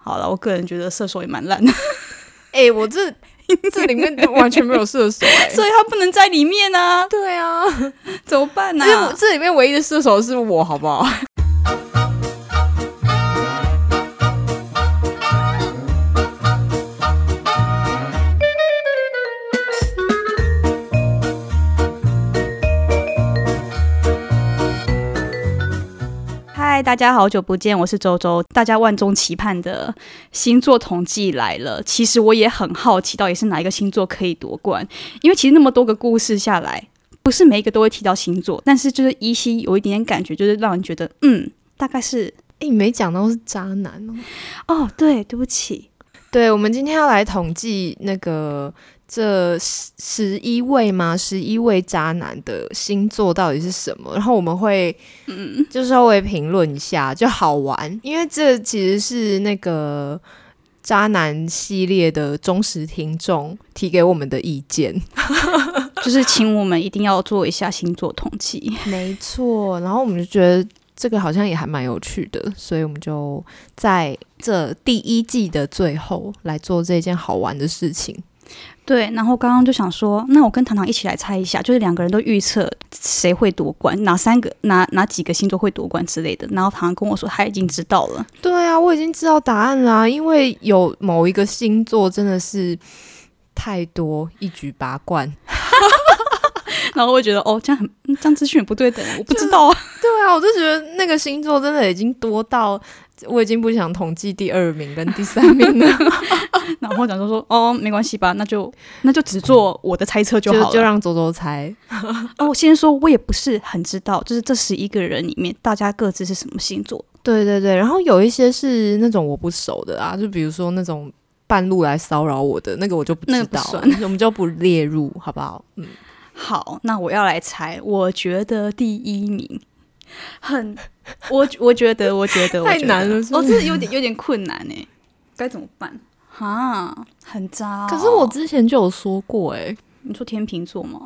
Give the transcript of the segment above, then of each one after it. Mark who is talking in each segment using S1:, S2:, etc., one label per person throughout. S1: 好了，我个人觉得射手也蛮烂的，
S2: 哎、我 这这里面完全没有射手、欸，
S1: 所以他不能在里面啊，
S2: 对啊，
S1: 怎么办啊呢、
S2: 但是哎我这里面唯一的射手是我，好 不好？
S1: 嗨，大家好久不见，我是周周。大家万众期盼的星座统计来了，其实我也很好奇，到底是哪一个星座可以夺冠？因为其实那么多个故事下来，不是每一个都会提到星座，但是就是依稀有一点点感觉，就是让人觉得，嗯，大概是
S2: 哎、你没讲到是渣男哦。
S1: 哦，对，对不起，
S2: 对，我们今天要来统计那个这十十一位嘛，十一位渣男的星座到底是什么？然后我们会
S1: 嗯，
S2: 就稍微评论一下，就好玩，因为这其实是那个渣男系列的忠实听众提给我们的意见。
S1: 就是请我们一定要做一下星座统计。
S2: 没错，然后我们就觉得这个好像也还蛮有趣的，所以我们就在这第一季的最后来做这件好玩的事情。
S1: 对，然后刚刚就想说，那我跟糖糖一起来猜一下，就是两个人都预测谁会夺冠，哪三个、哪哪几个星座会夺冠之类的。然后糖糖跟我说他已经知道了，
S2: 对啊，我已经知道答案啦、因为有某一个星座真的是太多一举拔冠。
S1: 然后我会觉得哦，这样很嗯这样资讯也不对等，我不知道啊。
S2: 对啊，我就觉得那个星座真的已经多到我已经不想统计第二名跟第三名了，
S1: 然后我讲说说哦，没关系吧，那就那就只做我的猜测就
S2: 就
S1: 好
S2: 就
S1: 了。
S2: 让周周猜。
S1: 哦，我先说，我也不是很知道，就是这十一个人里面，大家各自是什么星座。
S2: 对对对，然后有一些是那种我不熟的啊，就比如说那种半路来骚扰我的那个，我就不
S1: 那
S2: 知
S1: 个不
S2: 道，
S1: 算
S2: 我们就不列入，好不好？嗯，
S1: 好，那我要来猜，我觉得第一名很，我我觉得，我觉得，我
S2: 太
S1: 觉得
S2: 难了是不
S1: 哦，
S2: 是
S1: 这有点有点困难哎，该怎么办？哈，很渣哦、
S2: 可是我之前就有说过、欸，哎，
S1: 你说天秤座吗？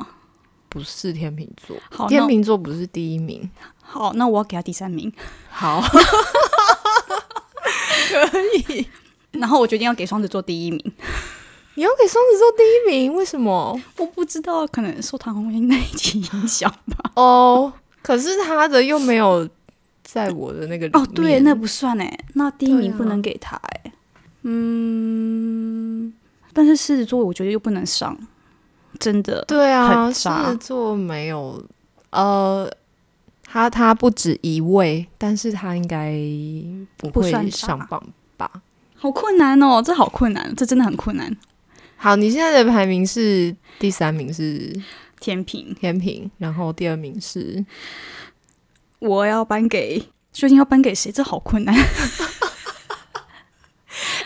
S2: 不是天秤座，
S1: 好，
S2: 天
S1: 哦那
S2: 秤座不是第一名。
S1: 好，那我要给他第三名，
S2: 好，
S1: 然后我决定要给双子座第一名。
S2: 你要给双子座第一名，为什么？
S1: 我不知道，可能受唐红英那一集影响吧。
S2: 哦，可是他的又没有在我的那个里
S1: 哦，对，
S2: 面
S1: 那不算哎，那第一名
S2: 对啊
S1: 不能给他哎、嗯，但是狮子座我觉得又不能上，真的。
S2: 对啊，
S1: 很
S2: 狮
S1: 渣
S2: 子座没有，呃，他他不止一位，但是他应该不
S1: 不
S2: 会
S1: 算渣
S2: 上榜吧？
S1: 好困难哦，这好困难，这真的很困难。
S2: 好，你现在的排名是第三名是
S1: 天平，
S2: 天平，然后第二名是
S1: 我要颁给，究竟要颁给谁？这好困难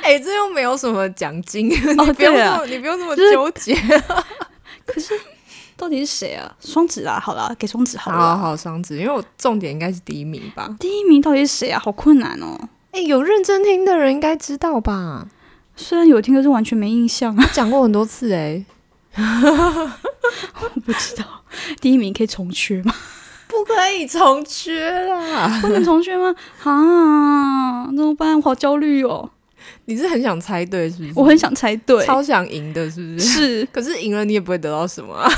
S2: 哎、这又没有什么奖 金，
S1: 哦
S2: 你不用
S1: 对
S2: 这
S1: 啊
S2: 么、你不用这么
S1: 就是
S2: 纠结。
S1: 到底是谁啊？双子啊，好啦，给双子好了。
S2: 好好，双子，因为我重点应该是第一名吧？
S1: 第一名到底是谁啊？好困难哦。
S2: 哎、有认真听的人应该知道吧？
S1: 虽然有听，可是完全没印象啊，
S2: 我讲过很多次哎、
S1: 我不知道。第一名可以重缺 吗？
S2: 不可以重缺啦！
S1: 不能重缺吗？啊，怎么办？我好焦虑哦。
S2: 你是很想猜对是不是？
S1: 我很想猜对，
S2: 超想赢的，是 不是？
S1: 是，
S2: 可是赢了你也不会得到什么、啊，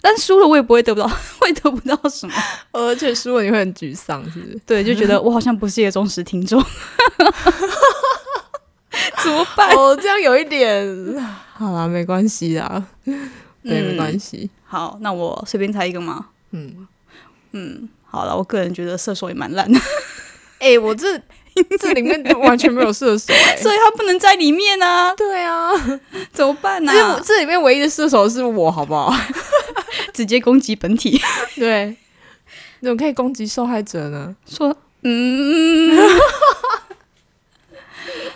S1: 但输了我也不会得不到， 会得不到什么。
S2: 而且输了你会很沮丧，是不是？
S1: 对，就觉得我好像不是一个忠实听 众，怎么办？
S2: 哦，这样有一点， 好啦，没关系啦，对，没关
S1: 系。
S2: 系，
S1: 好，那我随便猜一个吗？
S2: 嗯，
S1: 嗯，好了，我个人觉得射手也蛮烂的，
S2: 哎、我这 这里面完全没有射手、欸，
S1: 所以他不能在里面啊，
S2: 对 啊，
S1: 怎么办啊呢、
S2: 而且我这里面唯一的射手是我，好不 好？
S1: 直接攻击本体，
S2: 对，你怎么可以攻击受害者呢？
S1: 说 嗯。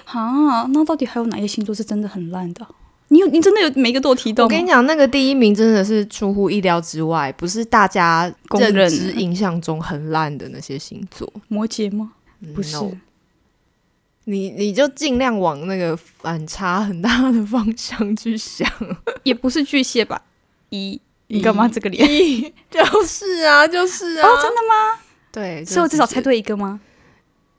S1: 啊，那到底还有哪些星座是真的很烂的？你有你真的有每一个都有提到
S2: 我
S1: 吗
S2: 跟？你讲，那个第一名真的是出乎意料之外，不是大家
S1: 公认
S2: 认知印象中很烂的那些星座。
S1: 摩羯吗？不是
S2: No 你你就尽量往那个反差很大的方向去 想。
S1: 也不是巨蟹吧？一，你干嘛这个脸？哦
S2: 就是啊，就是啊，真的吗？对，
S1: 所以我至少猜
S2: 就是
S1: 对一个吗？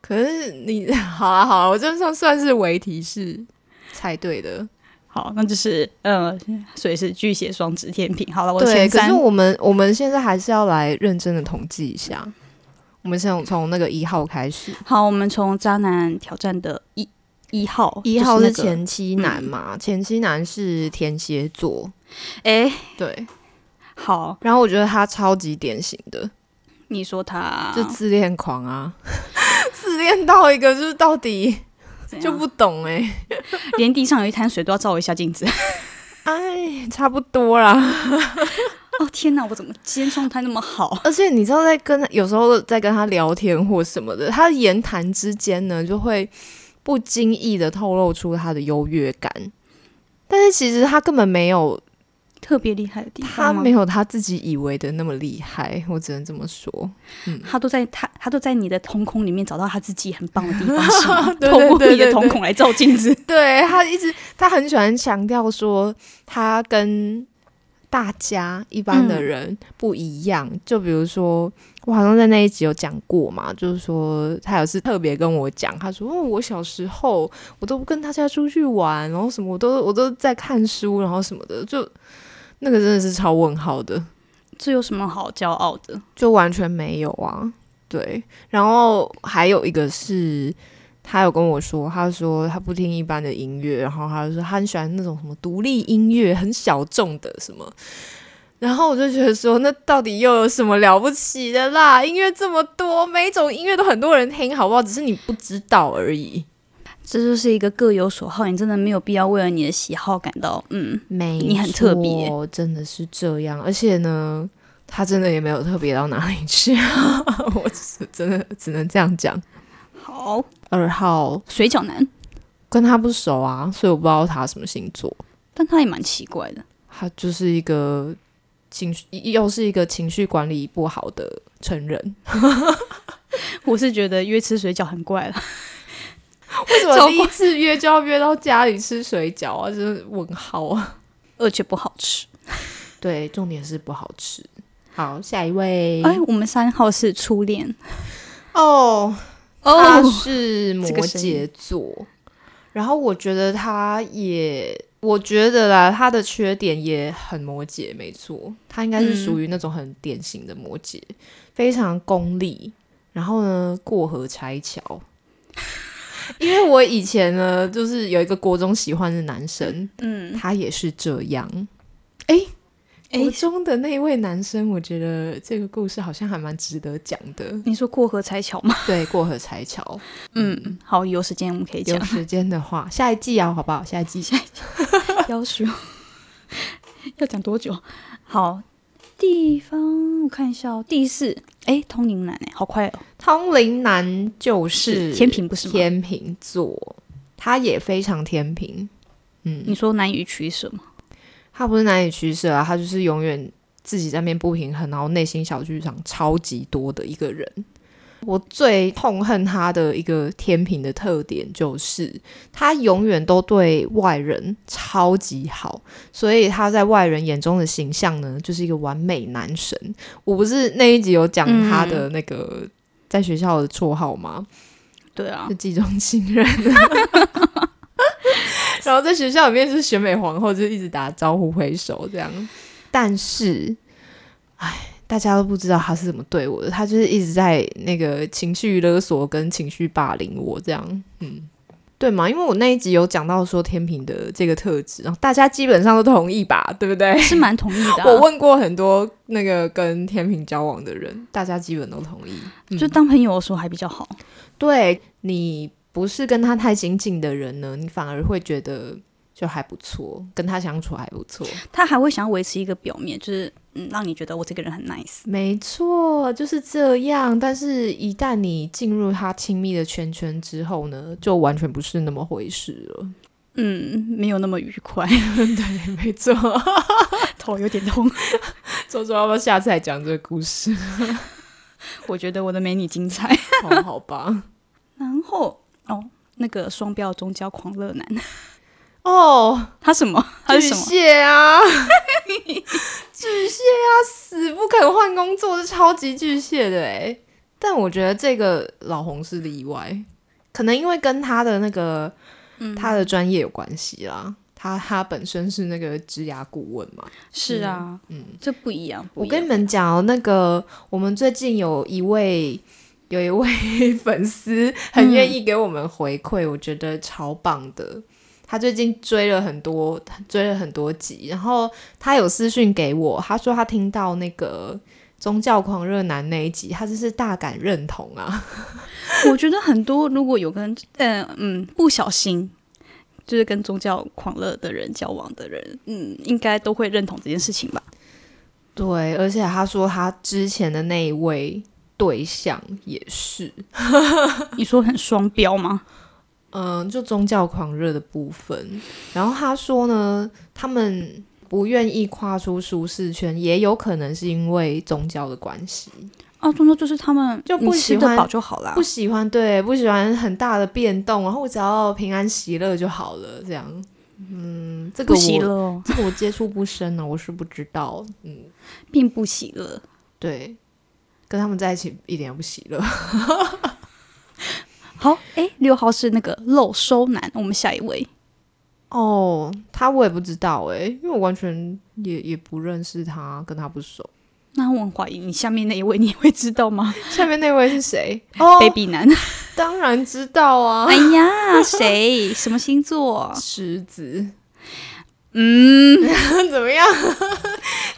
S2: 可是你好了好了，我这算算是为提示猜对的。
S1: 好，那就是呃，所以是巨蟹、双子、天平。好了，我
S2: 对，
S1: 前
S2: 可
S1: 三
S2: 是我们我们现在还是要来认真的统计一下。我们先从那个一号开始，
S1: 好，我们从渣男挑战的一一号，
S2: 一号
S1: 就是是那个嗯
S2: 前妻男嘛，前妻男是天蝎座，
S1: 哎、
S2: 对。
S1: 好，
S2: 然后我觉得他超级典型的，
S1: 你说他
S2: 就自恋狂啊，自恋到一个就是到底
S1: 怎样
S2: 就不懂哎、
S1: 连地上有一滩水都要照一下镜子。
S2: 哎，差不多啦。
S1: 哦天哪，我怎么今天状态那么好？
S2: 而且你知道，在跟他有时候在跟他聊天或什么的，他的言谈之间呢，就会不经意的透露出他的优越感。但是其实他根本没有，
S1: 特别厉害的地
S2: 他
S1: 方吗
S2: 没？有他自己以为的那么厉害，我只能这么说。
S1: 他都在他他都在你的瞳孔里面找到他自己很棒的地方，是 吗
S2: 对对
S1: 透过
S2: 对
S1: 你的
S2: 对
S1: 瞳
S2: 对
S1: 孔来照镜子。
S2: 对他一直，他很喜欢强调说，他跟大家一般的
S1: 嗯
S2: 人不一样。就比如说，我好像在那一集有讲过嘛，就是说他有次特别跟我讲，他说、哦、我小时候我都不跟大家出去玩，然后什么我都我都在看书，然后什么的，就那个真的是超问号的。
S1: 这有什么好骄傲的？
S2: 就完全没有啊。对，然后还有一个是，他有跟我说，他说他不听一般的音乐，然后他就说他很喜欢那种什么独立音乐，很小众的什么。然后我就觉得说，那到底又有什么了不起的啦？音乐这么多，每一种音乐都很多人听，好不好？只是你不知道而已。
S1: 这就是一个各有所好，你真的没有必要为了你的喜好感到嗯。
S2: 没
S1: 你很特别
S2: 错，真的是这样。而且呢，他真的也没有特别到哪里去，啊 我只是真的只能这样讲。
S1: 好，
S2: 二号
S1: 水饺男，
S2: 跟他不熟啊，所以我不知道他什么星座。
S1: 但他也蛮奇怪的。
S2: 他就是一个情绪，又是一个情绪管理不好的成人。
S1: 我是觉得约吃水饺很怪了。
S2: 为什
S1: 超怪
S2: 么第一次约就要约到家里吃水饺啊？就是问号啊。
S1: 而且不好吃。
S2: 对，重点是不好吃。好，下一位
S1: 哎，我们三号是初恋
S2: 哦，他
S1: 哦，
S2: 是摩
S1: 这个声
S2: 羯
S1: 音
S2: 座，然后我觉得他也，我觉得啦，他的缺点也很摩羯，没错，他应该是属于那种很典型的摩羯，非常功利，然后呢过河拆桥。 因为我以前呢，就是有一个国中喜欢的男生，
S1: 嗯，
S2: 他也是这样。
S1: 哎。
S2: 国，中的那一位男生，我觉得这个故事好像还蛮值得讲的
S1: 你说过河拆桥吗？
S2: 对，过河拆桥。
S1: 嗯，好，有时间我们可以讲
S2: 有。时间 的话，下一季啊，好不好？下一季，
S1: 要求 要讲多久？好，地方我看一下哦，第四，哎，通灵男哎，好快哦，
S2: 通灵男就是
S1: 天平不是吗？
S2: 天秤座，他也非常天平，嗯，
S1: 你说难以取舍吗？
S2: 他不是难以取舍啊，他就是永远自己在面不平衡，然后内心小剧场超级多的一个人。我最痛恨他的一个天平的特点就是，他永远都对外人超级好，所以他在外人眼中的形象呢，就是一个完美男神。我不是那一集有讲他的那个在学校的绰号吗？
S1: 对啊
S2: 是，集中信任。 然后在学校里面是选美皇后，就一直打招呼挥手这样。但是，哎，大家都不知道他是怎么对我的，他就是一直在那个情绪勒索跟情绪霸凌我这样，嗯。对嘛？因为我那一集有讲到说天平的这个特质，然后大家基本上都同意吧，对不对？
S1: 是蛮同意的、 啊。
S2: 我问过很多那个跟天平交往的人，大家基本都同意。嗯
S1: 就当朋友的时候还比较好。
S2: 对你不是跟他太亲近的人呢，你反而会觉得就还不错，跟他相处还不错。
S1: 他还会想要维持一个表面，就是嗯，让你觉得我这个人很 nice。
S2: 没错，就是这样。但是，一旦你进入他亲密的圈圈之后呢，就完全不是那么回事了。
S1: 嗯，没有那么愉快，
S2: 对，没错。
S1: 头有点痛。
S2: 周周要不要下次来讲这个故事？
S1: 我觉得我的没你精彩。
S2: 好好吧。
S1: 然后哦，那个双标宗教狂热男，
S2: 哦，
S1: 他什么？他
S2: 巨
S1: 是什么？
S2: 蟹啊， 巨蟹啊，死不肯换工作，是超级巨蟹的哎。但我觉得这个老红是例外，可能因为跟他的那个
S1: 嗯，
S2: 他的专业有关系啦。他他本身是那个职涯顾问嘛。
S1: 是啊，嗯，这不一样。不
S2: 我
S1: 一
S2: 跟
S1: 样
S2: 你们讲哦，那个我们最近有一位有一位粉丝很愿意给我们回馈，我觉得超棒的。他最近追了很多，追了很多集，然后他有私讯给我，他说他听到那个宗教狂热男那一集，他真是大感认同啊。
S1: 我觉得很多如果有跟嗯嗯不小心就是跟宗教狂热的人交往的人，嗯，应该都会认同这件事情吧？
S2: 对，而且他说他之前的那一位对象也是，
S1: 你说很双标吗？
S2: 嗯，就宗教狂热的部分。然后他说呢，他们不愿意跨出舒适圈，也有可能是因为宗教的关系，
S1: 啊，宗教就是他们
S2: 就
S1: 你
S2: 不喜
S1: 吃得
S2: 欢
S1: 饱就好啦
S2: 不。喜欢对，不喜欢很大的变动，然后我只要平安喜乐就好了，这样。嗯，这个
S1: 不喜
S2: 我
S1: 乐哦，
S2: 这个我接触不深呢，我是不知道。嗯，
S1: 并不喜乐。
S2: 对，跟他们在一起一点也不喜 乐。
S1: 好，哎，六号是那个漏收男，我们下一位。
S2: 哦，他我也不知道哎、因为我完全也也不认识他，跟他不熟。
S1: 那我很怀疑你下面那一位，你会知道吗、
S2: 下面那位是谁？哦
S1: b a b y 男，
S2: 当然知道啊，
S1: 哎呀，谁？什么星座？
S2: 狮子
S1: 嗯，
S2: 怎么样？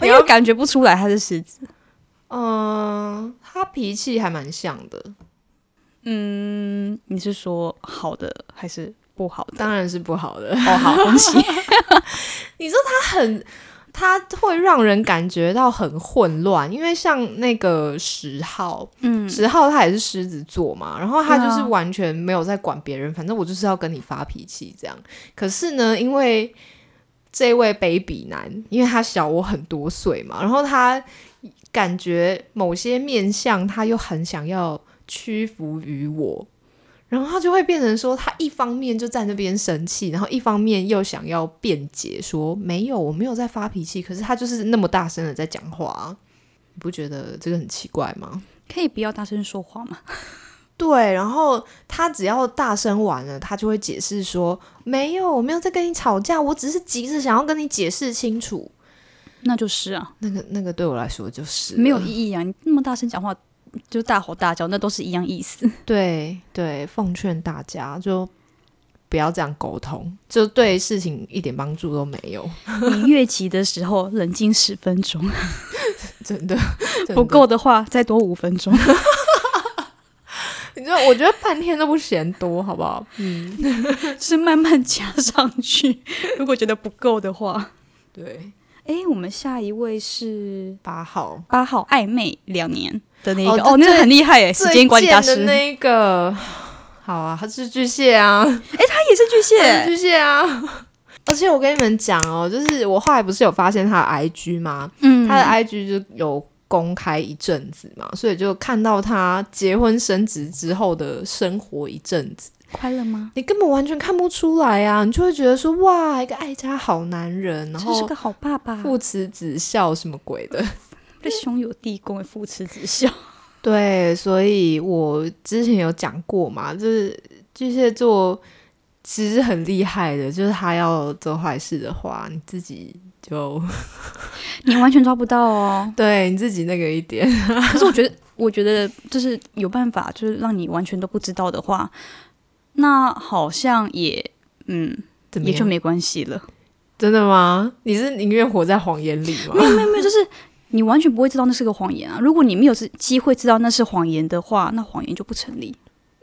S1: 因为哎感觉不出来他是狮子。
S2: 嗯，他脾气还蛮像的，
S1: 嗯，你是说好的还是不好的？
S2: 当然是不好的。
S1: 哦，好，恭 喜。
S2: 他很，他会让人感觉到很混乱，因为像那个十号，
S1: 嗯，
S2: 十号他也是狮子座嘛，然后他
S1: 对啊
S2: 就是完全没有在管别人，反正我就是要跟你发脾气这样。可是呢，因为这位 baby 男，因为他小我很多岁嘛，然后他感觉某些面相他又很想要屈服于我。然后他就会变成说，他一方面就在那边生气，然后一方面又想要辩解说没有，我没有在发脾气，可是他就是那么大声的在讲话啊，你不觉得这个很奇怪吗？
S1: 可以不要大声说话吗？
S2: 对，然后他只要大声完了，他就会解释说：“没有，我没有在跟你吵架，我只是急着想要跟你解释清楚。
S1: 那就是啊”，
S2: 那个那个对我来说就是
S1: 没有
S2: 了
S1: 意义啊！你那么大声讲话，就大吼大叫，那都是一样意 思。
S2: 对对，奉劝大家就不要这样沟通，就对事情一点帮助都没有，
S1: 你越急的时候，冷静十分钟。
S2: 真 的真
S1: 不
S2: 的
S1: 够的话，再多五分钟。
S2: 你知道，我觉得半天都不嫌多，好不好？
S1: 是慢慢加上去。如果觉得不够的 话，
S2: 对，
S1: 诶，我们下一位是
S2: 八号
S1: 八号，暧昧两年的那一个，
S2: 哦
S1: 哦，那个很厉害诶，时间管理大
S2: 最
S1: 师
S2: 贱的，那一个，好啊，他是巨蟹啊，
S1: 他也是巨
S2: 他
S1: 蟹，
S2: 是巨蟹啊。 而且我跟你们讲哦，就是我后来不是有发现他的 IG 吗？
S1: 嗯，
S2: 他的 IG 就有公开一阵子嘛，所以就看到他结婚生子之后的生活一阵子。
S1: 快乐吗？
S2: 你根本完全看不出来啊，你就会觉得说哇，一个爱家好男人，然
S1: 这是
S2: 后
S1: 个好爸爸，
S2: 父慈子孝什么鬼的，
S1: 对兄友弟恭，父慈子孝。
S2: 对，所以我之前有讲过嘛，就是巨蟹座其实很厉害的，就是他要做坏事的话，你自己就，
S1: 你完全抓不到哦
S2: 对你自己那个一点，
S1: 可是我觉得，我觉得就是有办法，就是让你完全都不知道的话，那好像也，嗯，
S2: 怎么
S1: 也就
S2: 样
S1: 没关系了。
S2: 真的吗？你是宁愿活在谎言里吗？
S1: 没 有没有，就是你完全不会知道那是个谎言啊！如果你没有知机会知道那是谎言的话，那谎言就不成立。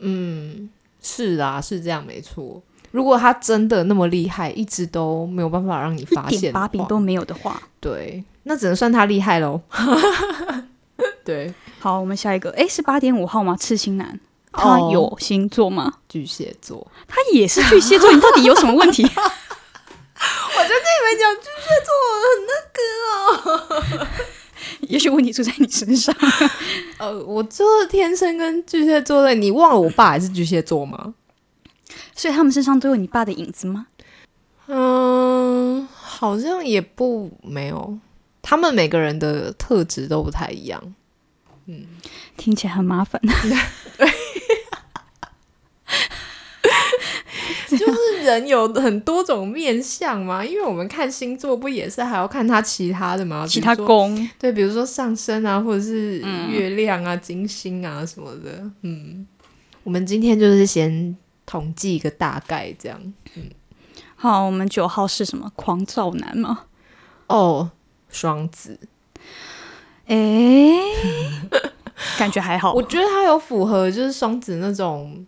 S2: 嗯，是啦，是这样没错。如果他真的那么厉害，一直都没有办法让你发
S1: 一
S2: 现
S1: 点
S2: 的
S1: 把柄
S2: 话
S1: 都没有的话，
S2: 对，那只能算他厉害喽。 对，
S1: 好，我们下一个，诶，是八点五号吗？刺青男，他
S2: 哦
S1: 有星座吗？
S2: 巨蟹座。
S1: 他也是巨蟹座，你到底有什么问 题？
S2: 你们讲巨蟹座，我很那个哦。
S1: 也许问题出在你身上。
S2: 呃，我就是天生跟巨蟹座的。你忘了我爸也是巨蟹座吗？
S1: 所以他们身上都有你爸的影子吗？
S2: 嗯，好像也不没有。他们每个人的特质都不太一样。
S1: 嗯，听起来很麻烦。
S2: 就是人有很多种面相嘛，因为我们看星座不也是还要看他其他的吗？
S1: 其他
S2: 比如说
S1: 宫
S2: 对，比如说上升啊，或者是月亮啊、金星啊什么的。嗯，我们今天就是先统计一个大概这样。
S1: 好，我们九号是什么？狂躁男吗？
S2: 哦，双子，
S1: 诶，感觉还好
S2: 我。觉得他有符合就是双子那种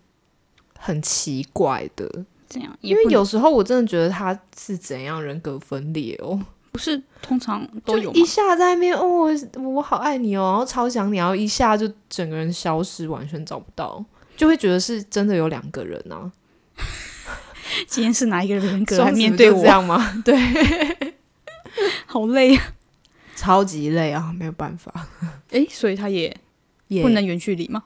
S2: 很奇怪的，
S1: 这样，也
S2: 因为
S1: 不
S2: 有时候我真的觉得他是怎样人格分裂哦。
S1: 不是通常都
S2: 就
S1: 有吗
S2: 一？下在那边哦，我我好爱你哦，然后超想你，然后一下就整个人消失，完全找不到，就会觉得是真的有两个人啊。
S1: 今天是哪一个人格来
S2: 双子
S1: 面
S2: 不
S1: 对
S2: 就这
S1: 我？
S2: 样吗？对，
S1: 好累啊！
S2: 超级累啊，没有办法，
S1: 诶，所以他也
S2: 也
S1: 不能远距离吗？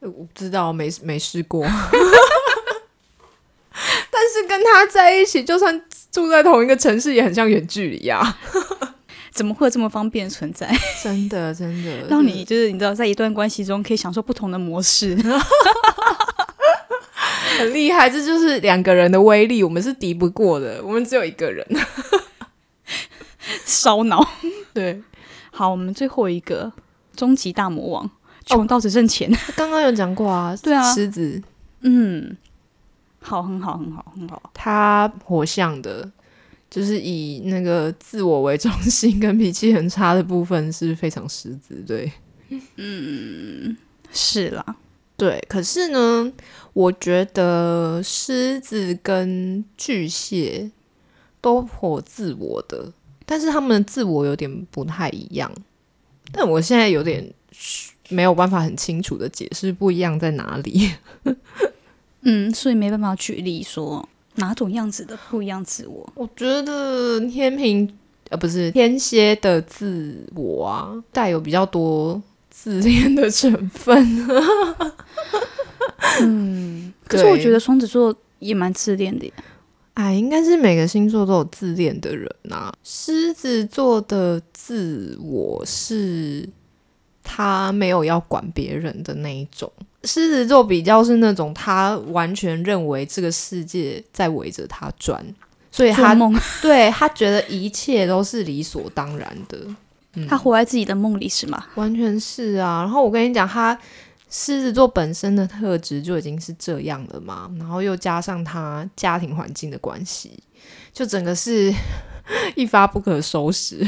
S2: 我不知道，没没试过。 但是跟他在一起，就算住在同一个城市，也很像远距离啊！
S1: 怎么会有这么方便的存在？
S2: 真的，真的，
S1: 让你就是你知道，在一段关系中可以享受不同的模式。
S2: 很厉害，这就是两个人的威力，我们是敌不过的，我们只有一 个人。
S1: 烧脑。
S2: 对，
S1: 好，我们最后一个终极大魔王，
S2: 哦
S1: 穷到只剩钱。
S2: 刚刚有讲过啊，
S1: 对啊
S2: 狮子
S1: 嗯，好，很好，很好，很好。
S2: 他火象的，就是以那个自我为中心跟脾气很差的部分是非常狮子，对
S1: 是啦，
S2: 对。可是呢，我觉得狮子跟巨蟹都颇自我的，但是他们的自我有点不太一样。但我现在有点没有办法很清楚的解释不一样在哪里。
S1: 嗯，所以没办法举例说哪种样子的不一样自我。
S2: 我觉得天平呃不是天蝎的自我啊，带有比较多自恋的成分。
S1: 可是我
S2: 对
S1: 觉得双子座也蛮自恋的耶，
S2: 哎，应该是每个星座都有自恋的人啊。狮子座的自我是他没有要管别人的那一种。狮子座比较是那种他完全认为这个世界在围着他转，所以
S1: 做
S2: 他
S1: 梦，
S2: 对他觉得一切都是理所当然的。嗯
S1: 他活在自己的梦里是吗？
S2: 完全是啊。然后我跟你讲，他狮子座本身的特质就已经是这样了嘛，然后又加上他家庭环境的关系，就整个是 一发不可收拾。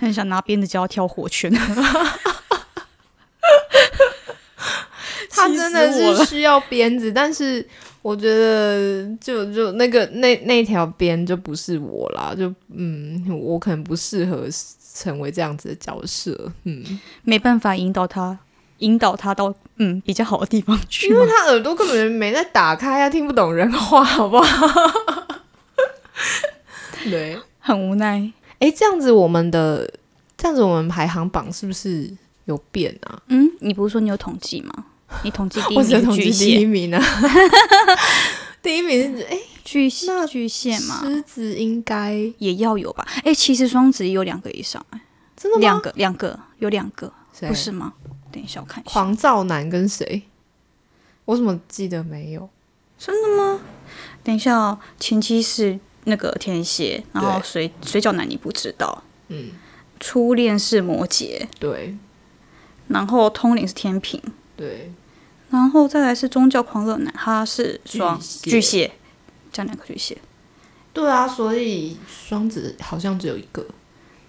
S1: 很想拿鞭子就要跳火 圈。
S2: 他
S1: 气
S2: 真
S1: 死
S2: 的
S1: 我了
S2: 是需要鞭子，但是我觉得就就那个那那条鞭就不是我啦，就嗯，我可能不适合成为这样子的角色，嗯。
S1: 没办法引导他，引导他到嗯比较好的地方去
S2: 因
S1: 吗
S2: 为？他耳朵根本没在打开啊，听不懂人话，好不好？ 对，
S1: 很无奈。
S2: 哎，这样子我们的这样子我们排行榜是不是有变啊？
S1: 嗯，你不是说你有统计吗？你统计第一
S2: 我只
S1: 名
S2: 统
S1: 是
S2: 计
S1: 巨
S2: 第一
S1: 蟹，
S2: 名啊， 第一名是哎
S1: 巨蟹
S2: 那
S1: 巨蟹嘛，
S2: 狮子应该
S1: 也要有吧？哎、其实双子也有两个以上、哎
S2: 真的吗？
S1: 两个两个有两个，
S2: 谁
S1: 不是吗？等一下我看一下，
S2: 狂躁男跟谁？我怎么记得没有？
S1: 等一下、哦，前期是那个天蝎，然后
S2: 对
S1: 水水饺男你不知道，
S2: 嗯，
S1: 初恋是摩羯，
S2: 对
S1: 然后通灵是天平，
S2: 对，
S1: 然后再来是宗教狂热男，他是双
S2: 巨蟹
S1: 巨蟹，讲两个巨蟹。
S2: 对啊，所以双子好像只有一个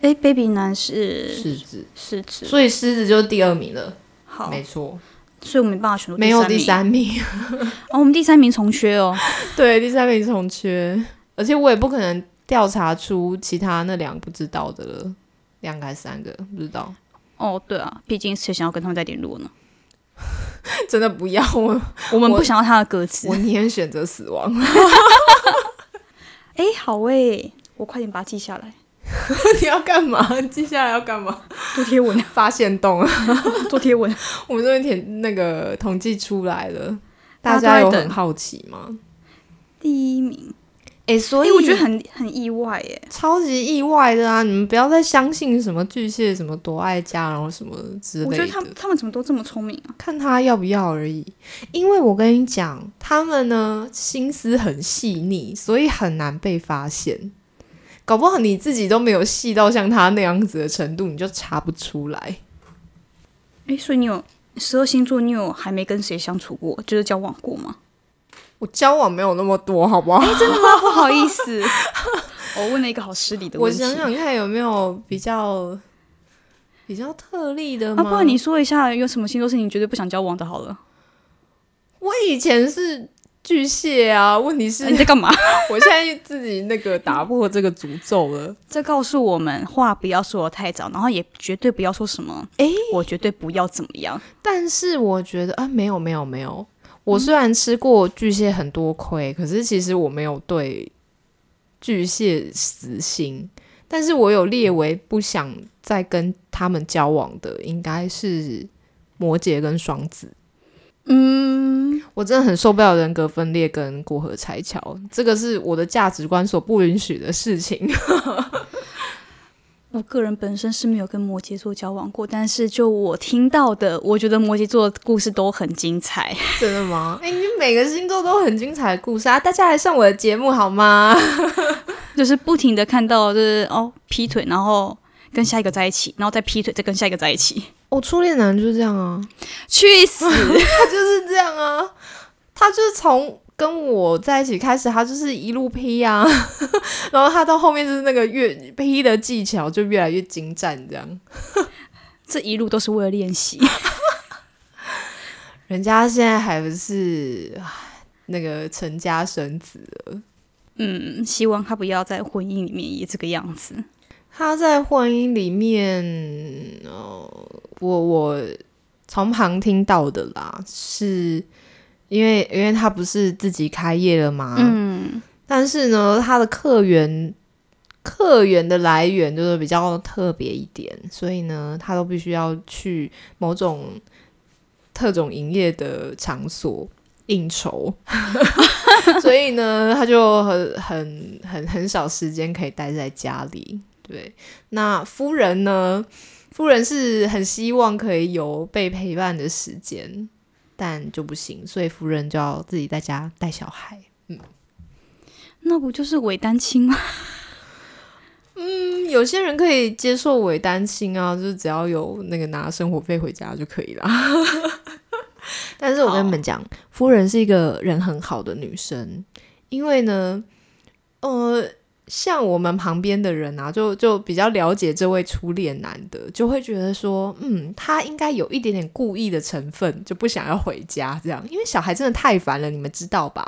S1: 哎、b a b y 男是
S2: 狮子，
S1: 是指
S2: 所以狮子就是第二名了，
S1: 好，
S2: 没错。
S1: 所以我没办法选出
S2: 没有第
S1: 名
S2: 三名，
S1: 哦，我们第三名重缺哦。
S2: 对，第三名重缺，而且我也不可能调查出其他那两个不知道的了，两个还是三个不知道，
S1: 哦，对啊，毕竟谁想要跟他们再联络呢？
S2: 真的不要 我，
S1: 我们
S2: 我
S1: 不想要他的歌词
S2: 啊我。宁愿选择死亡。
S1: 哎，好诶，我快点把它记下来，
S2: 你要干嘛？接下来要干嘛？
S1: 做贴文，
S2: 发现洞啊，
S1: 做贴文。
S2: 我们这边填那个统计出来了，大
S1: 大家都在
S2: 家有
S1: 等
S2: 很好奇吗？
S1: 第一名，
S2: 哎、所
S1: 哎、
S2: 以
S1: 我觉得很很意外耶。
S2: 超级意外的啊！你们不要再相信什么巨蟹什么多爱家，然后什么之类的。
S1: 我觉得他们他们怎么都这么聪明啊？
S2: 看他要不要而已。因为我跟你讲，他们呢心思很细腻，所以很难被发现。搞不好你自己都没有细到像他那样子的程度，你就查不出来。
S1: 哎、所以你有十二星座，你有还没跟谁相处过，就是交往过吗？
S2: 我交往没有那么多， 好不
S1: 哎
S2: 好？
S1: 不好意思， 我问了一个好失礼的
S2: 我
S1: 问题。
S2: 想想看有没有比较比较特例的
S1: 啊，
S2: 吗？
S1: 不然你说一下有什么星座是你绝对不想交往的？好了，
S2: 我以前是巨蟹啊，问题是
S1: 你在干 嘛？
S2: 我现在自己那个打破这个诅咒了。
S1: 这告诉我们话不要说的太早，然后也绝对不要说什么，
S2: 诶
S1: 我绝对不要怎么样。
S2: 但是我觉得啊，没有没有没有，我虽然吃过巨蟹很多亏，可是其实我没有对巨蟹死心，但是我有列为不想再跟他们交往的，应该是摩羯跟双子。嗯，我真的很受不了人格分裂跟过河拆桥，这个是我的价值观所不允许的事 情。
S1: 我个人本身是没有跟摩羯座交往过，但是就我听到的，我觉得摩羯座的故事都很精彩。
S2: 真的吗？哎、你每个星座都很精彩的故事啊！大家来上我的节目好吗？
S1: 就是不停的看到，就是哦劈腿，然后跟下一个在一起，然后再劈腿，再跟下一个在一起，
S2: 我哦初恋男就是这样啊，
S1: 去死！
S2: 他就是这样啊，他就是从跟我在一起开始，他就是一路劈啊， 然后他到后面就是那个越劈的技巧就越来越精湛，这样。
S1: 这一路都是为了练习。
S2: 人家现在还不是唉那个成家生子了，
S1: 嗯，希望他不要在婚姻里面也这个样子。
S2: 他在婚姻里面，哦，我我从旁听到的啦，是因为因为他不是自己开业了嘛，
S1: 嗯，
S2: 但是呢，它的客源客源的来源就是比较特别一点，所以呢，它都必须要去某种特种营业的场所应酬，所以呢，他就很很很很少时间可以待在家里。对，那夫人呢？夫人是很希望可以有被陪伴的时间，但就不行，所以夫人就要自己在家带小孩。
S1: 那不就是伪单亲吗？
S2: 嗯有些人可以接受伪单亲啊，就是只要有那个拿生活费回家就可以啦。 但是我跟你们讲，夫人是一个人很好的女生，因为呢，呃，像我们旁边的人啊，就就比较了解这位初恋男的，就会觉得说，嗯，他应该有一点点故意的成分，就不想要回家这样，因为小孩真的太烦了，你们知道吧？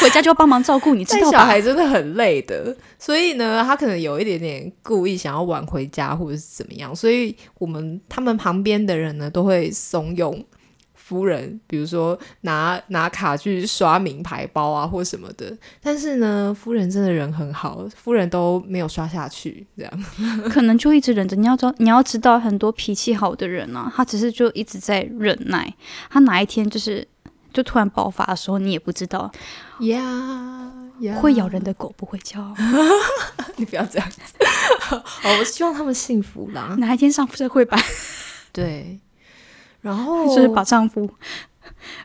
S1: 回家就要帮忙照顾，你知
S2: 带
S1: 道
S2: 小
S1: 吧？
S2: 孩真的很累的，所以呢，他可能有一点点故意想要晚回家或者是怎么样，所以我们他们旁边的人呢都会怂恿夫人，比如说拿拿卡去刷名牌包啊或什么的。但是呢，夫人真的人很好，夫人都没有刷下去，这样
S1: 可能就一直忍着。你要知道，你要知道，很多脾气好的人啊，他只是就一直在忍耐。他哪一天就是就突然爆发的时候，你也不知道。
S2: 呀呀
S1: 会咬人的狗不会叫，
S2: 你不要这样子。 好，我希望他们幸福啦。
S1: 哪一天上社会吧，
S2: 对，然后
S1: 就是把丈夫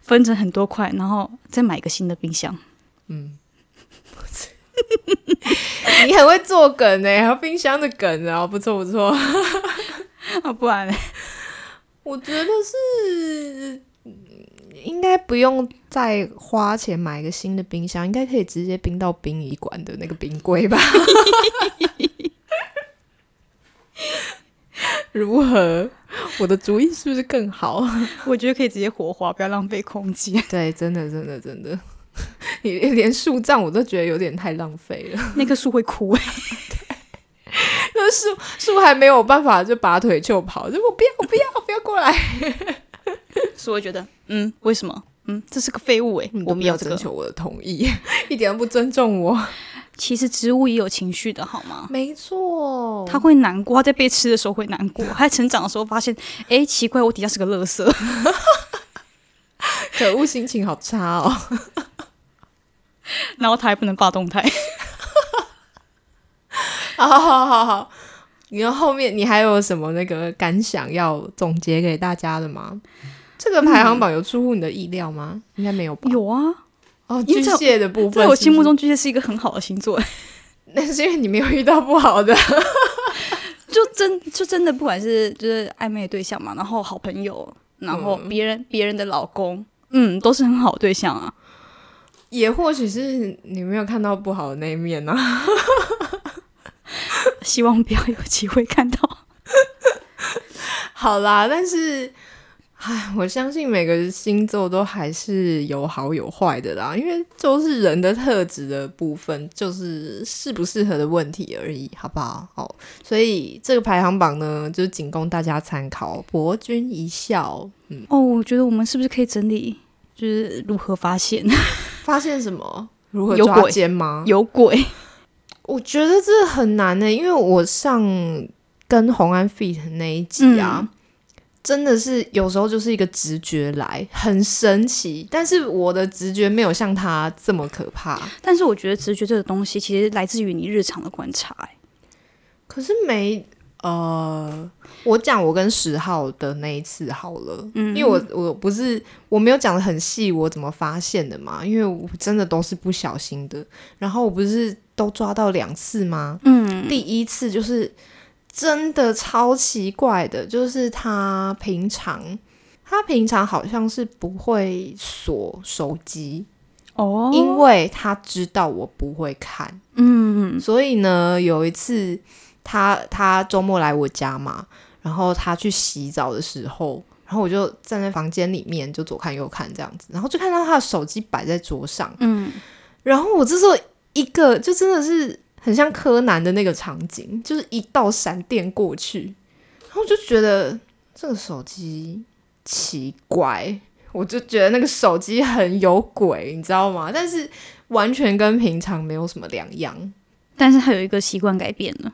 S1: 分成很多块，然后再买一个新的冰箱。
S2: 嗯， 你很会做梗呢、还有冰箱的梗啊，不错不错。
S1: 啊，不然嘞
S2: 我觉得是嗯应该不用再花钱买一个新的冰箱，应该可以直接冰到殡仪馆的那个冰柜吧？如何？我的主意是不是更好？
S1: 我觉得可以直接火化，不要浪费空间。
S2: 对，真的真的真的，你连树葬我都觉得有点太浪费了。
S1: 那棵树会枯、
S2: 那树树还没有办法就拔腿就跑，就我不要我不要不要过来，
S1: 所以我觉得，嗯，为什么？嗯，这是个废物哎、我
S2: 我
S1: 不
S2: 没
S1: 要
S2: 有
S1: 这
S2: 征
S1: 个。
S2: 求我的同意， 一点都不尊重我。
S1: 其实植物也有情绪的好吗？
S2: 没 错
S1: 它会难过，它在被吃的时候会难过，它在成长的时候发现，哎，奇怪，我底下是个垃圾。
S2: 可恶，心情好差哦。
S1: 然然后他还不能发动态。
S2: 好好好好，你后面你还有什么那个感想要总结给大家的吗？这个排行榜有出乎你的意料吗？应该没有吧？
S1: 嗯有啊，
S2: 哦，
S1: 因为
S2: 巨
S1: 在
S2: 蟹的部分
S1: 在我
S2: 是
S1: 心
S2: 不
S1: 目
S2: 是，
S1: 中巨蟹是一个很好的星座，
S2: 那是因为你没有遇到不好的。
S1: 就真就真的不管是就是暧昧对象嘛，然后好朋友，然后别人、别人的老公，嗯，都是很好的对象啊。
S2: 也或许是你没有看到不好的那一面呢、啊。
S1: 希望不要有机会看到。
S2: 好啦，但是，唉，我相信每个星座都还是有好有坏的啦，因为就是人的特质的部分，就是适不适合的问题而已，好不好？好，所以这个排行榜呢，就仅供大家参考，博君一笑。嗯，
S1: 哦，我觉得我们是不是可以整理，就是如何发现
S2: 发现什么？如何
S1: 有
S2: 抓
S1: 鬼
S2: 奸吗？
S1: 有鬼？
S2: 我觉得这很难呢、因为我上跟红安 fit 那一集啊，
S1: 嗯
S2: 真的是有时候就是一个直觉来，很神奇。但是我的直觉没有像他这么可怕，
S1: 但是我觉得直觉这个东西其实来自于你日常的观察、欸
S2: 可是没呃，我讲我跟十号的那一次好了，
S1: 嗯
S2: 因为我我不是我没有讲的很细，我怎么发现的嘛？因为我真的都是不小心的，然后我不是都抓到两次吗？
S1: 嗯，
S2: 第一次就是真的超奇怪的，就是他平常他平常好像是不会锁手机，
S1: 哦，
S2: 因为他知道我不会看，
S1: 嗯，
S2: 所以呢，有一次他他周末来我家嘛，然后他去洗澡的时候。然后我就站在房间里面，就左看右看这样子，然后就看到他的手机摆在桌上，
S1: 嗯，
S2: 然后我这时候一个就真的是很像柯南的那个场景，就是一道闪电过去，然后我就觉得这个手机奇怪，我就觉得那个手机很有鬼，你知道吗？但是完全跟平常没有什么两样，
S1: 但是他有一个习惯改变了，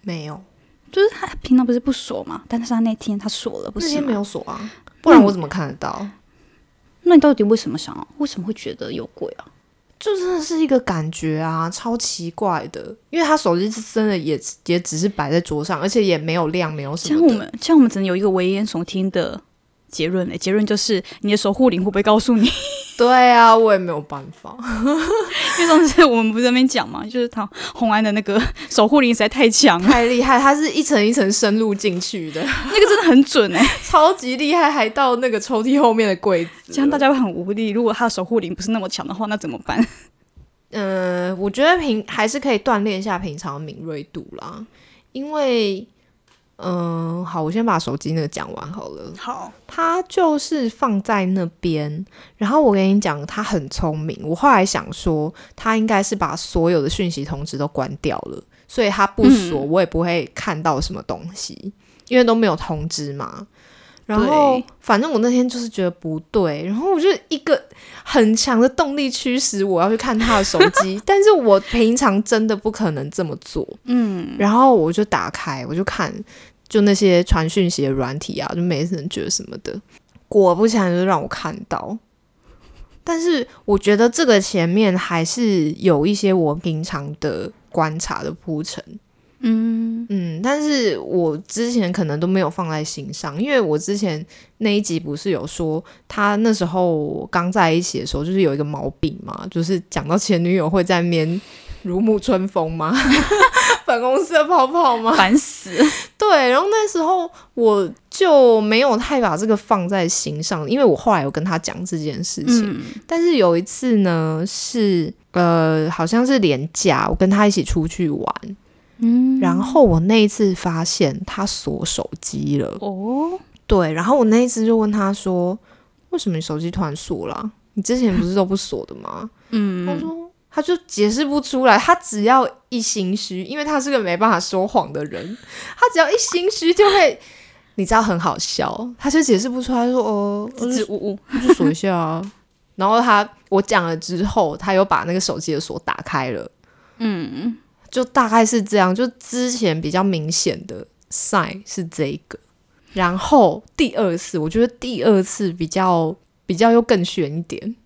S2: 没有，
S1: 就是他平常不是不锁嘛，但是他那天他锁了，不
S2: 那
S1: 是
S2: 天没
S1: 吗？
S2: 有锁啊，嗯不然我怎么看得到？
S1: 那你到底为什么想要？为什么会觉得有鬼啊？
S2: 就真的是一个感觉啊，超奇怪的，因为他手机是真的也也只是摆在桌上，而且也没有亮，没有什
S1: 这
S2: 么
S1: 样
S2: 的
S1: 我们这样我们只能有一个危言耸听的结论嘞、欸结论就是你的守护灵会不会告诉 你？
S2: 对啊，我也没有办法。
S1: 因为上次我们不是在那边讲嘛，就是他红安的那个 守护灵实在太强了，
S2: 太厉害，它是一层一层深入进去 的，
S1: 那个真的很准哎、
S2: 超级厉害，还到那个抽屉后面的柜子。
S1: 这样大家会很无力。如果他的守护灵不是那么强的话，那怎么办？
S2: 嗯、我觉得平还是可以锻炼一下平常的敏锐度啦，因为，嗯、好，我先把手机那个讲完好了。
S1: 好，
S2: 他就是放在那边，然后我跟你讲，他很聪明。我后来想说，他应该是把所有的讯息通知都关掉了，所以他不锁，
S1: 嗯
S2: 我也不会看到什么东西，因为都没有通知嘛。然后
S1: 对，
S2: 反正我那天就是觉得不对，然后我就一个很强的动力驱使我要去看他的手 机，但是我平常真的不可能这么做。
S1: 嗯，
S2: 然后我就打开，我就看，就那些传讯息的软体啊，就没人觉得什么的。果不其然，就让我看到。但是我觉得这个前面还是有一些我平常的观察的铺陈，
S1: 嗯，
S2: 嗯，但是我之前可能都没有放在心上，因为我之前那一集不是有说他那时候刚在一起的时候，就是有一个毛病嘛，就是讲到前女友会在面如沐春风吗？ 粉红色泡泡吗？
S1: 烦死。
S2: 对，然后那时候我就没有太把这个放在心上，因为我后来有跟他讲这件事情，
S1: 嗯
S2: 但是有一次呢，是呃，好像是廉假，我跟他一起出去玩，
S1: 嗯，
S2: 然后我那一次发现他锁手机了，
S1: 哦，
S2: 对，然后我那一次就问他说，为什么你手机突然锁了啊、你之前不是都不锁的吗？他
S1: 嗯，
S2: 说。他就解释不出来，他只要一心虚，因为他是个没办法说谎的人，他只要一心虚就会，你知道很好笑，他就解释不出来，他说哦，我
S1: 支支吾吾，
S2: 就锁一下啊。 然后他我讲了之后，他又把那个手机的锁打开了，
S1: 嗯，
S2: 就大概是这样。就之前比较明显的 sign 是这个，然后第二次，我觉得第二次比较比较又更悬一点。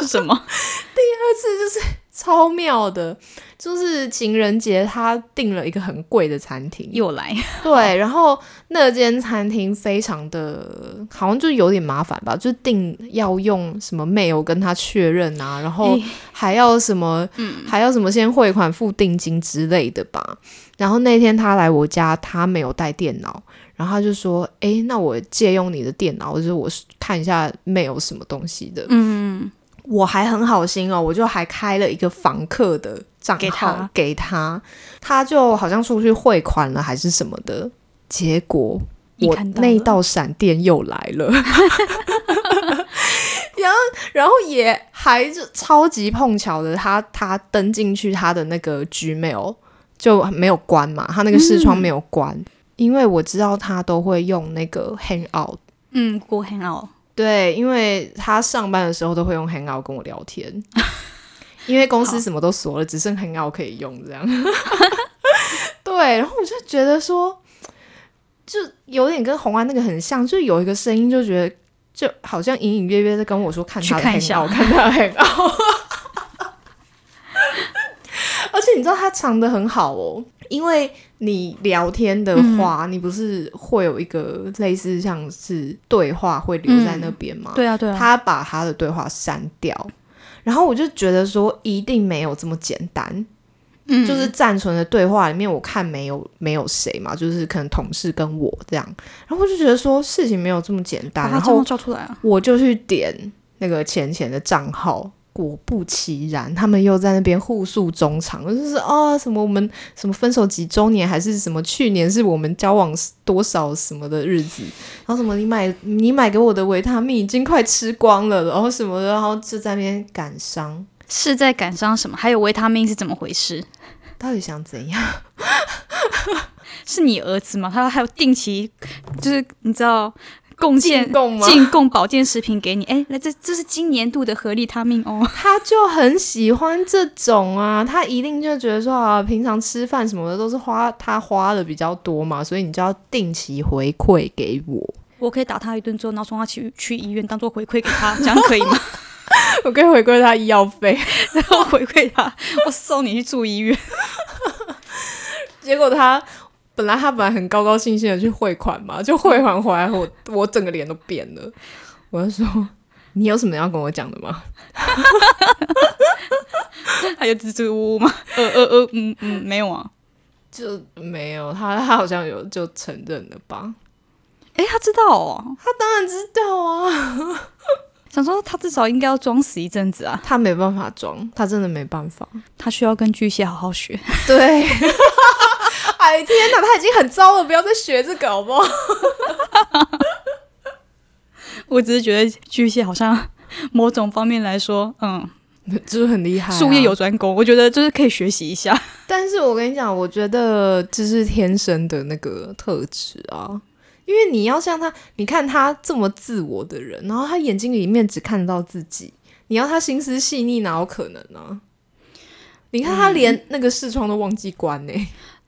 S1: 是什么？
S2: 第二次就是超妙的，就是情人节他订了一个很贵的餐厅，
S1: 又来，
S2: 对，然后那间餐厅非常的，好像就有点麻烦吧，就定要用什么 mail 跟他确认啊，然后
S1: 哎
S2: 还要什么，
S1: 嗯
S2: 还要什么先汇款付定金之类的吧。然后那天他来我家，他没有带电脑，然后他就说：“诶，那我借用你的电脑，就是我看一下 mail 什么东西的。”
S1: 嗯，
S2: 我还很好心哦，我就还开了一个房客的账号
S1: 给他
S2: 给他，他就好像出去汇款了还是什么的，结果
S1: 你
S2: 我
S1: 看到
S2: 那一
S1: 了
S2: 道闪电又来了。 然后，然后也还就超级碰巧的，他他登进去他的那个 Gmail 就没有关嘛，他那个视窗
S1: 嗯
S2: 没有关，因为我知道他都会用那个 Hangout
S1: 嗯，过很好，
S2: 对，因为他上班的时候都会用 Hangout 跟我聊天，因为公司
S1: 好
S2: 什么都锁了，只剩 Hangout 可以用这样。 对，然后我就觉得说，就有点跟红安那个很像，就有一个声音就觉得，就好像隐隐约约在跟我说看
S1: 去
S2: 他的
S1: 看一下
S2: Hangout，看他的 Hangout。而且你知道他藏的很好哦，因为你聊天的
S1: 嗯
S2: 话，你不是会有一个类似像是对话会留在那边吗？
S1: 对啊，对啊，
S2: 他把他的对话删掉，然后我就觉得说一定没有这么简单，
S1: 嗯
S2: 就是暂存的对话里面，我看没有没有谁嘛，就是可能同事跟我这样，然后我就觉得说事情没有这么简
S1: 把
S2: 单，
S1: 他
S2: 然
S1: 账
S2: 后
S1: 号叫出来啊，
S2: 我就去点那个钱钱的账号。果不其然，他们又在那边互诉衷肠，就是啊、什么我们什么分手几周年，还是什么去年是我们交往多少什么的日子，然后什么你买你买给我的维他命已经快吃光了，然后什么的，然后就在那边感伤，
S1: 是在感伤什么？还有维他命是怎么回事？
S2: 到底想怎样？
S1: 是你儿子吗？他还有定期，就是你知道贡献
S2: 进贡吗
S1: 进贡保健食品给你。哎，那这这是今年度的合力他命哦。
S2: 他就很喜欢这种啊，他一定就觉得说啊，平常吃饭什么的都是花他花的比较多嘛，所以你就要定期回馈给我。
S1: 我可以打他一顿之后，然后送他去去医院当做回馈给他，这样可以吗？
S2: 我可以回归他医药 费，
S1: 然后 回馈他，我送你去住医院。
S2: 结果他本来他本来很高高兴兴的去汇款嘛，就汇款回来，我我整个脸都变了。我就说，你有什么要跟我讲的吗？
S1: 还有支支吾吾吗？呃呃呃，嗯嗯，没有啊。
S2: 就没有，他他好像有就承认了吧？
S1: 哎，他知道哦，
S2: 他当然知道啊，
S1: 想说他至少应该要装死一阵子啊，
S2: 他没办法装，他真的没办法。
S1: 他需要跟巨蟹好好学。
S2: 对， 哎天哪，他已经很糟了，不要再学这个好不好？
S1: 我只是觉得巨蟹好像某种方面来说，嗯，
S2: 就是很厉害、啊
S1: 术业有专攻，我觉得就是可以学习一下。
S2: 但是我跟你讲，我觉得这是天生的那个特质啊，因为你要像他，你看他这么自我的人，然后他眼睛里面只看得到自己，你要他心思细腻，哪有可能呢、你看他连那个视窗都忘记关呢、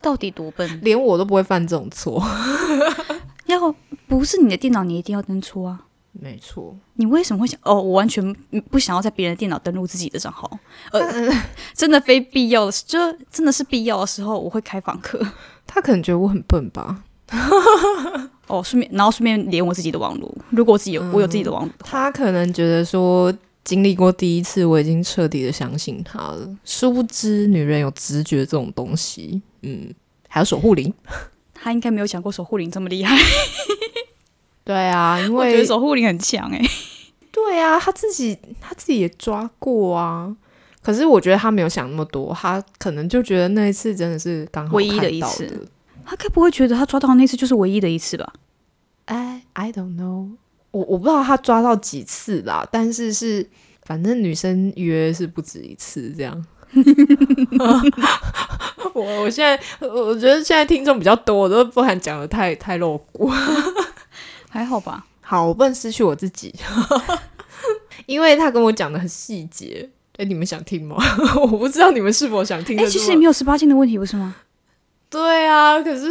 S1: 到底多笨？
S2: 连我都不会犯这种错。
S1: 要不是你的电脑，你一定要登出啊。
S2: 没错，
S1: 你为什么会想？哦，我完全不想要在别人的电脑登录自己的账号，呃， 真的非必要的，就真的是必要的时候，我会开访客。
S2: 他可能觉得我很笨吧，
S1: 哦，顺便，然后顺便连我自己的网络。如果我自己有、我有自己的网络，
S2: 他可能觉得说。经历过第一次，我已经彻底的相信他了。殊不知，女人有直觉这种东西，嗯，还有守护灵。
S1: 他应该没有想过守护灵这么厉害。
S2: 对啊，因
S1: 我觉得
S2: 为
S1: 守护灵很强哎、
S2: 对啊，他自己他自己也抓过啊。可是我觉得他没有想那么多，他可能就觉得那一次真的是刚好
S1: 唯一的
S2: 看
S1: 一
S2: 到
S1: 次
S2: 的。
S1: 他该不会觉得他抓到的那次就是唯一的一次吧？
S2: 哎，I don't know，我我不知道他抓到几次啦，但是是反正女生约是不止一次这样。 我我现在我我觉得现在听众比较多，我都不敢讲的太太露骨。
S1: 还好吧。
S2: 好，我不能失去我自己， 因为他跟我讲的很细节。哎、你们想听吗？ 我不知道你们是否想听
S1: 哎、
S2: 得
S1: 其
S2: 出
S1: 实
S2: 来
S1: 也没有十八禁的问题，不是 吗？
S2: 对啊，可是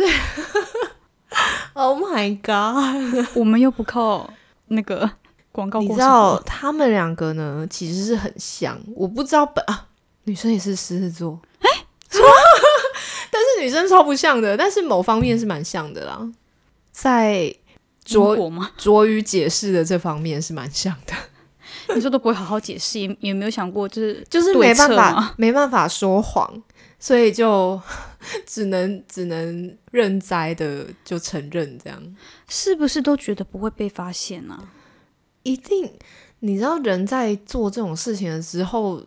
S2: ，Oh my God！
S1: 我们又不靠那个广告
S2: 你
S1: 过
S2: 知
S1: 程吗
S2: 道他们两个呢，其实是很像。我不知道本啊，女生也是狮子座，哎、但是女生超不像的，但是某方面是蛮像的啦，在
S1: 英
S2: 拙
S1: 国 吗？
S2: 拙于解释的这方面是蛮像 的，
S1: 你说都不会好好解释，也也没有想过就是
S2: 就是
S1: 对
S2: 没办
S1: 策
S2: 法
S1: 吗，
S2: 没办法说谎，所以就 只能只能认栽的就承认这样。
S1: 是不是都觉得不会被发现啊？
S2: 一定，你知道人在做这种事情的时候，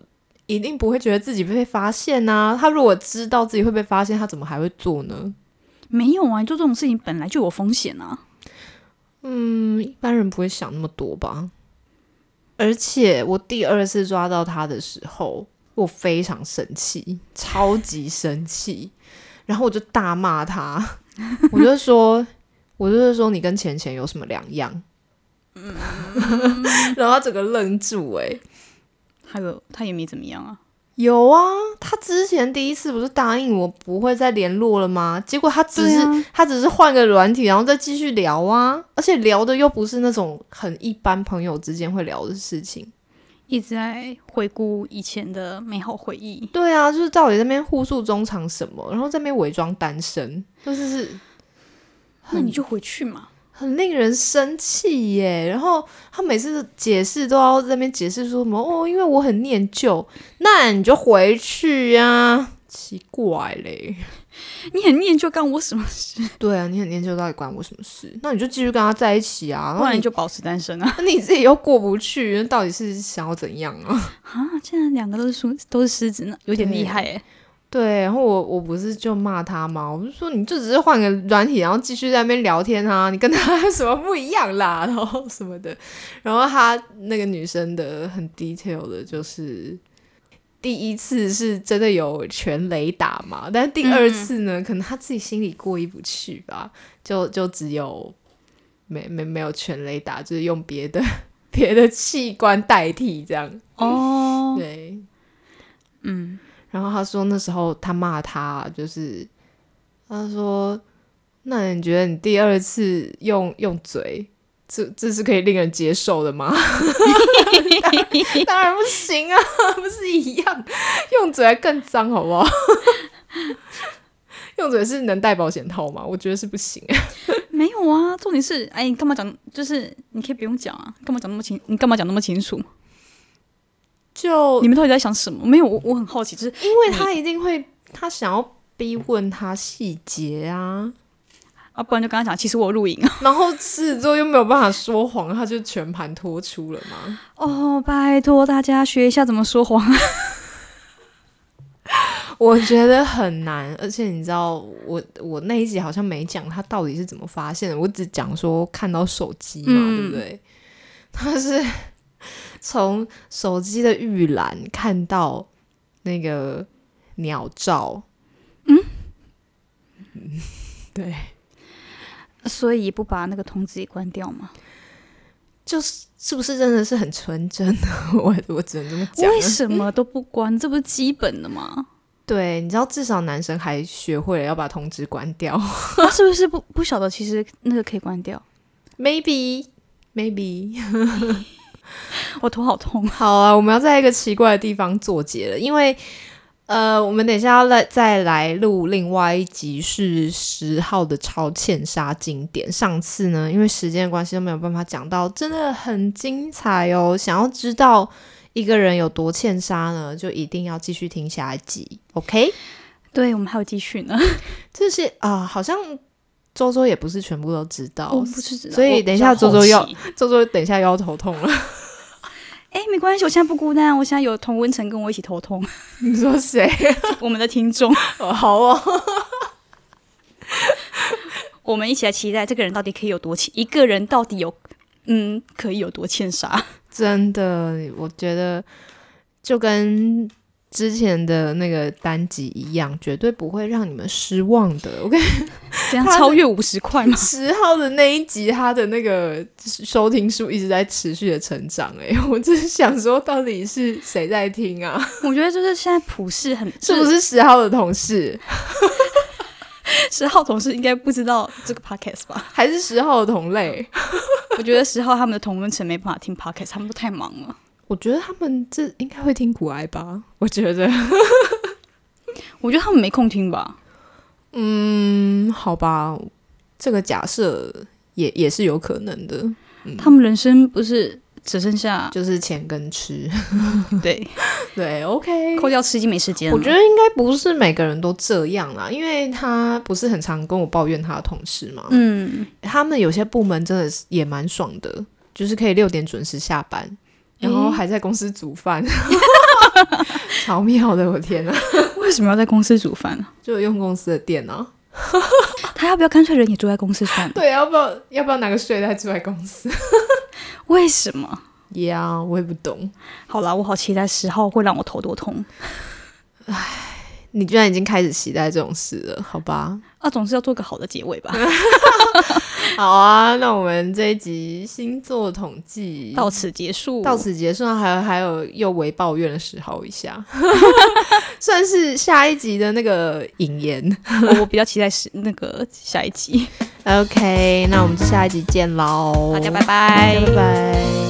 S2: 一定不会觉得自己被发现呐、他如果知道自己会被发现，他怎么还会做呢？
S1: 没有啊，你做这种事情本来就有风险啊。
S2: 嗯，一般人不会想那么多吧。而且我第二次抓到他的时候，我非常生气，超级生气，然后我就大骂他，我就说，我就是说你跟钱钱有什么两样？ 然后他整个愣住、欸，
S1: 还有他也没怎么样啊，
S2: 有啊，他之前第一次不是答应我不会再联络了吗？结果他只是、
S1: 对啊
S2: 他只是换个软体，然后再继续聊啊，而且聊的又不是那种很一般朋友之间会聊的事情。
S1: 一直在回顾以前的美好回忆。
S2: 对啊，就是到底在那边互诉衷肠什么，然后在那边伪装单身，就是是
S1: 那你就回去嘛。
S2: 很令人生气耶。然后他每次解释都要在那边解释说什么哦，因为我很念旧，那你就回去啊，奇怪嘞。
S1: 你很念旧干我什么事？
S2: 对啊，你很念旧，到底关我什么事？那你就继续跟他在一起啊，
S1: 不
S2: 然后
S1: 然
S2: 你
S1: 你就保持单身啊！
S2: 那你自己又过不去，那到底是想要怎样啊？
S1: 啊，竟然两个都是狮都是狮子呢，有点厉害哎。
S2: 对，然后我我不是就骂他吗？我就说你就只是换个软体，然后继续在那边聊天啊，你跟他 有什么不一样啦，然后什么的。然后他那个女生的很 detail 的，就是第一次是真的有全雷打嘛，但是第二次呢，可能他自己心里过意不去吧，就就只有没没没有全雷打，就是用别的 别的器官代替这样。
S1: 哦，
S2: 对，
S1: 嗯，
S2: 然后他说那时候他骂他，就是他说：“那你觉得你第二次用用嘴，这这是可以令人接受的吗？” 当当然不行啊，不是一样，用嘴还更脏，好不好？ 用嘴是能戴保险套吗？我觉得是不行。
S1: 没有啊。重点是，哎，你干嘛讲？就是你可以不用讲啊，干嘛讲那么清？你干嘛讲那么清楚？
S2: 就
S1: 你们到底在想什么？没有，我我很好奇，就是
S2: 因为他一定会，他想要逼问他细节啊。
S1: 啊，不然就跟他讲，其实我有录影啊。
S2: 然后狮子座又没有办法说谎，他就全盘托出了嘛。
S1: 哦，拜托大家学一下怎么说谎。
S2: 我觉得很难，而且你知道，我我那一集好像没讲他到底是怎么发现的，我只讲说看到手机嘛，
S1: 嗯
S2: 对不对？他是从手机的预览看到那个鸟照，嗯，对，
S1: 所以不把那个通知也关掉吗？
S2: 就是是不是真的是很纯真呢？我我只能这么讲啊。
S1: 为什么都不关？这不是基本的 吗？
S2: 对，你知道，至少男生还学会了要把通知关 掉
S1: 他啊是不是不不晓得？其实那个可以关掉。
S2: ，maybe maybe。
S1: 我头好痛。
S2: 好啊，我们要在一个奇怪的地方做结了，因为呃，我们等一下要来再来录另外一集是十号的超欠杀经典。上次呢，因为时间的关系都没有办法讲到，真的很精彩哦。想要知道一个人有多欠杀呢，就一定要继续听下一集，OK？
S1: 对我们还有继续呢。
S2: 这些啊、好像周周也不是全部都知道，
S1: 我不是知道，
S2: 所以
S1: 我
S2: 等一下
S1: 比较
S2: 周周要
S1: 好奇
S2: 周周等一下又要头痛了。
S1: 哎，没关系，我现在不孤单，我现在有童文成跟我一起头痛，
S2: 你说谁？
S1: 我们的听众，
S2: 哦好哦，
S1: 我们一起来期待这个人到底可以有多欠，一个人到底有，嗯，可以有多欠杀？
S2: 真的，我觉得就跟之前的那个单集一样，绝对不会让你们失望的。我跟
S1: 这样
S2: 他是？
S1: 超越五十块吗
S2: 十号的那一集，他的那个收听数一直在持续的成长、欸， 哎，我就是想说，到底是谁在听啊？
S1: 我觉得就是现在普世很，
S2: 是不是十号的同事，
S1: 十号同事应该不知道这个 podcast 吧？
S2: 还是十号的同类？
S1: 我觉得十号他们的同温层没办法听 podcast，他们都太忙了。
S2: 我觉得他们这应该会听古癌吧？我觉得，
S1: 我觉得他们没空听吧。
S2: 嗯，好吧，这个假设也也是有可能的，
S1: 他们人生不是只剩下
S2: 就是钱跟吃。
S1: 对，
S2: 对，OK，
S1: 扣掉吃鸡没时间了。
S2: 我觉得应该不是每个人都这样啦，因为他不是很常跟我抱怨他的同事嘛，
S1: 嗯，
S2: 他们有些部门真的是也蛮爽的，就是可以六点准时下班，然后还在公司煮饭， 超妙的，我天哪！
S1: 为什么要在公司煮饭啊？
S2: 就用公司的电脑。
S1: 他要不要干脆人也住在公司算了？
S2: 对，啊要不要要不要拿个睡袋住在公司？
S1: 为什么？
S2: 呀、我也不懂。
S1: 好啦，我好期待十号会让我头多痛
S2: 你居然已经开始期待这种事了，好吧？
S1: 啊！总是要做个好的结尾吧。
S2: 嗯好啊，那我们这一集星座统计
S1: 到此结束，
S2: 到此结束，还有还有又为抱怨了十好一下， 算是下一集的那个引言。
S1: 我我比较期待是那个下一集。
S2: OK，那我们就下一集见喽，
S1: 大家拜拜
S2: 大家拜拜。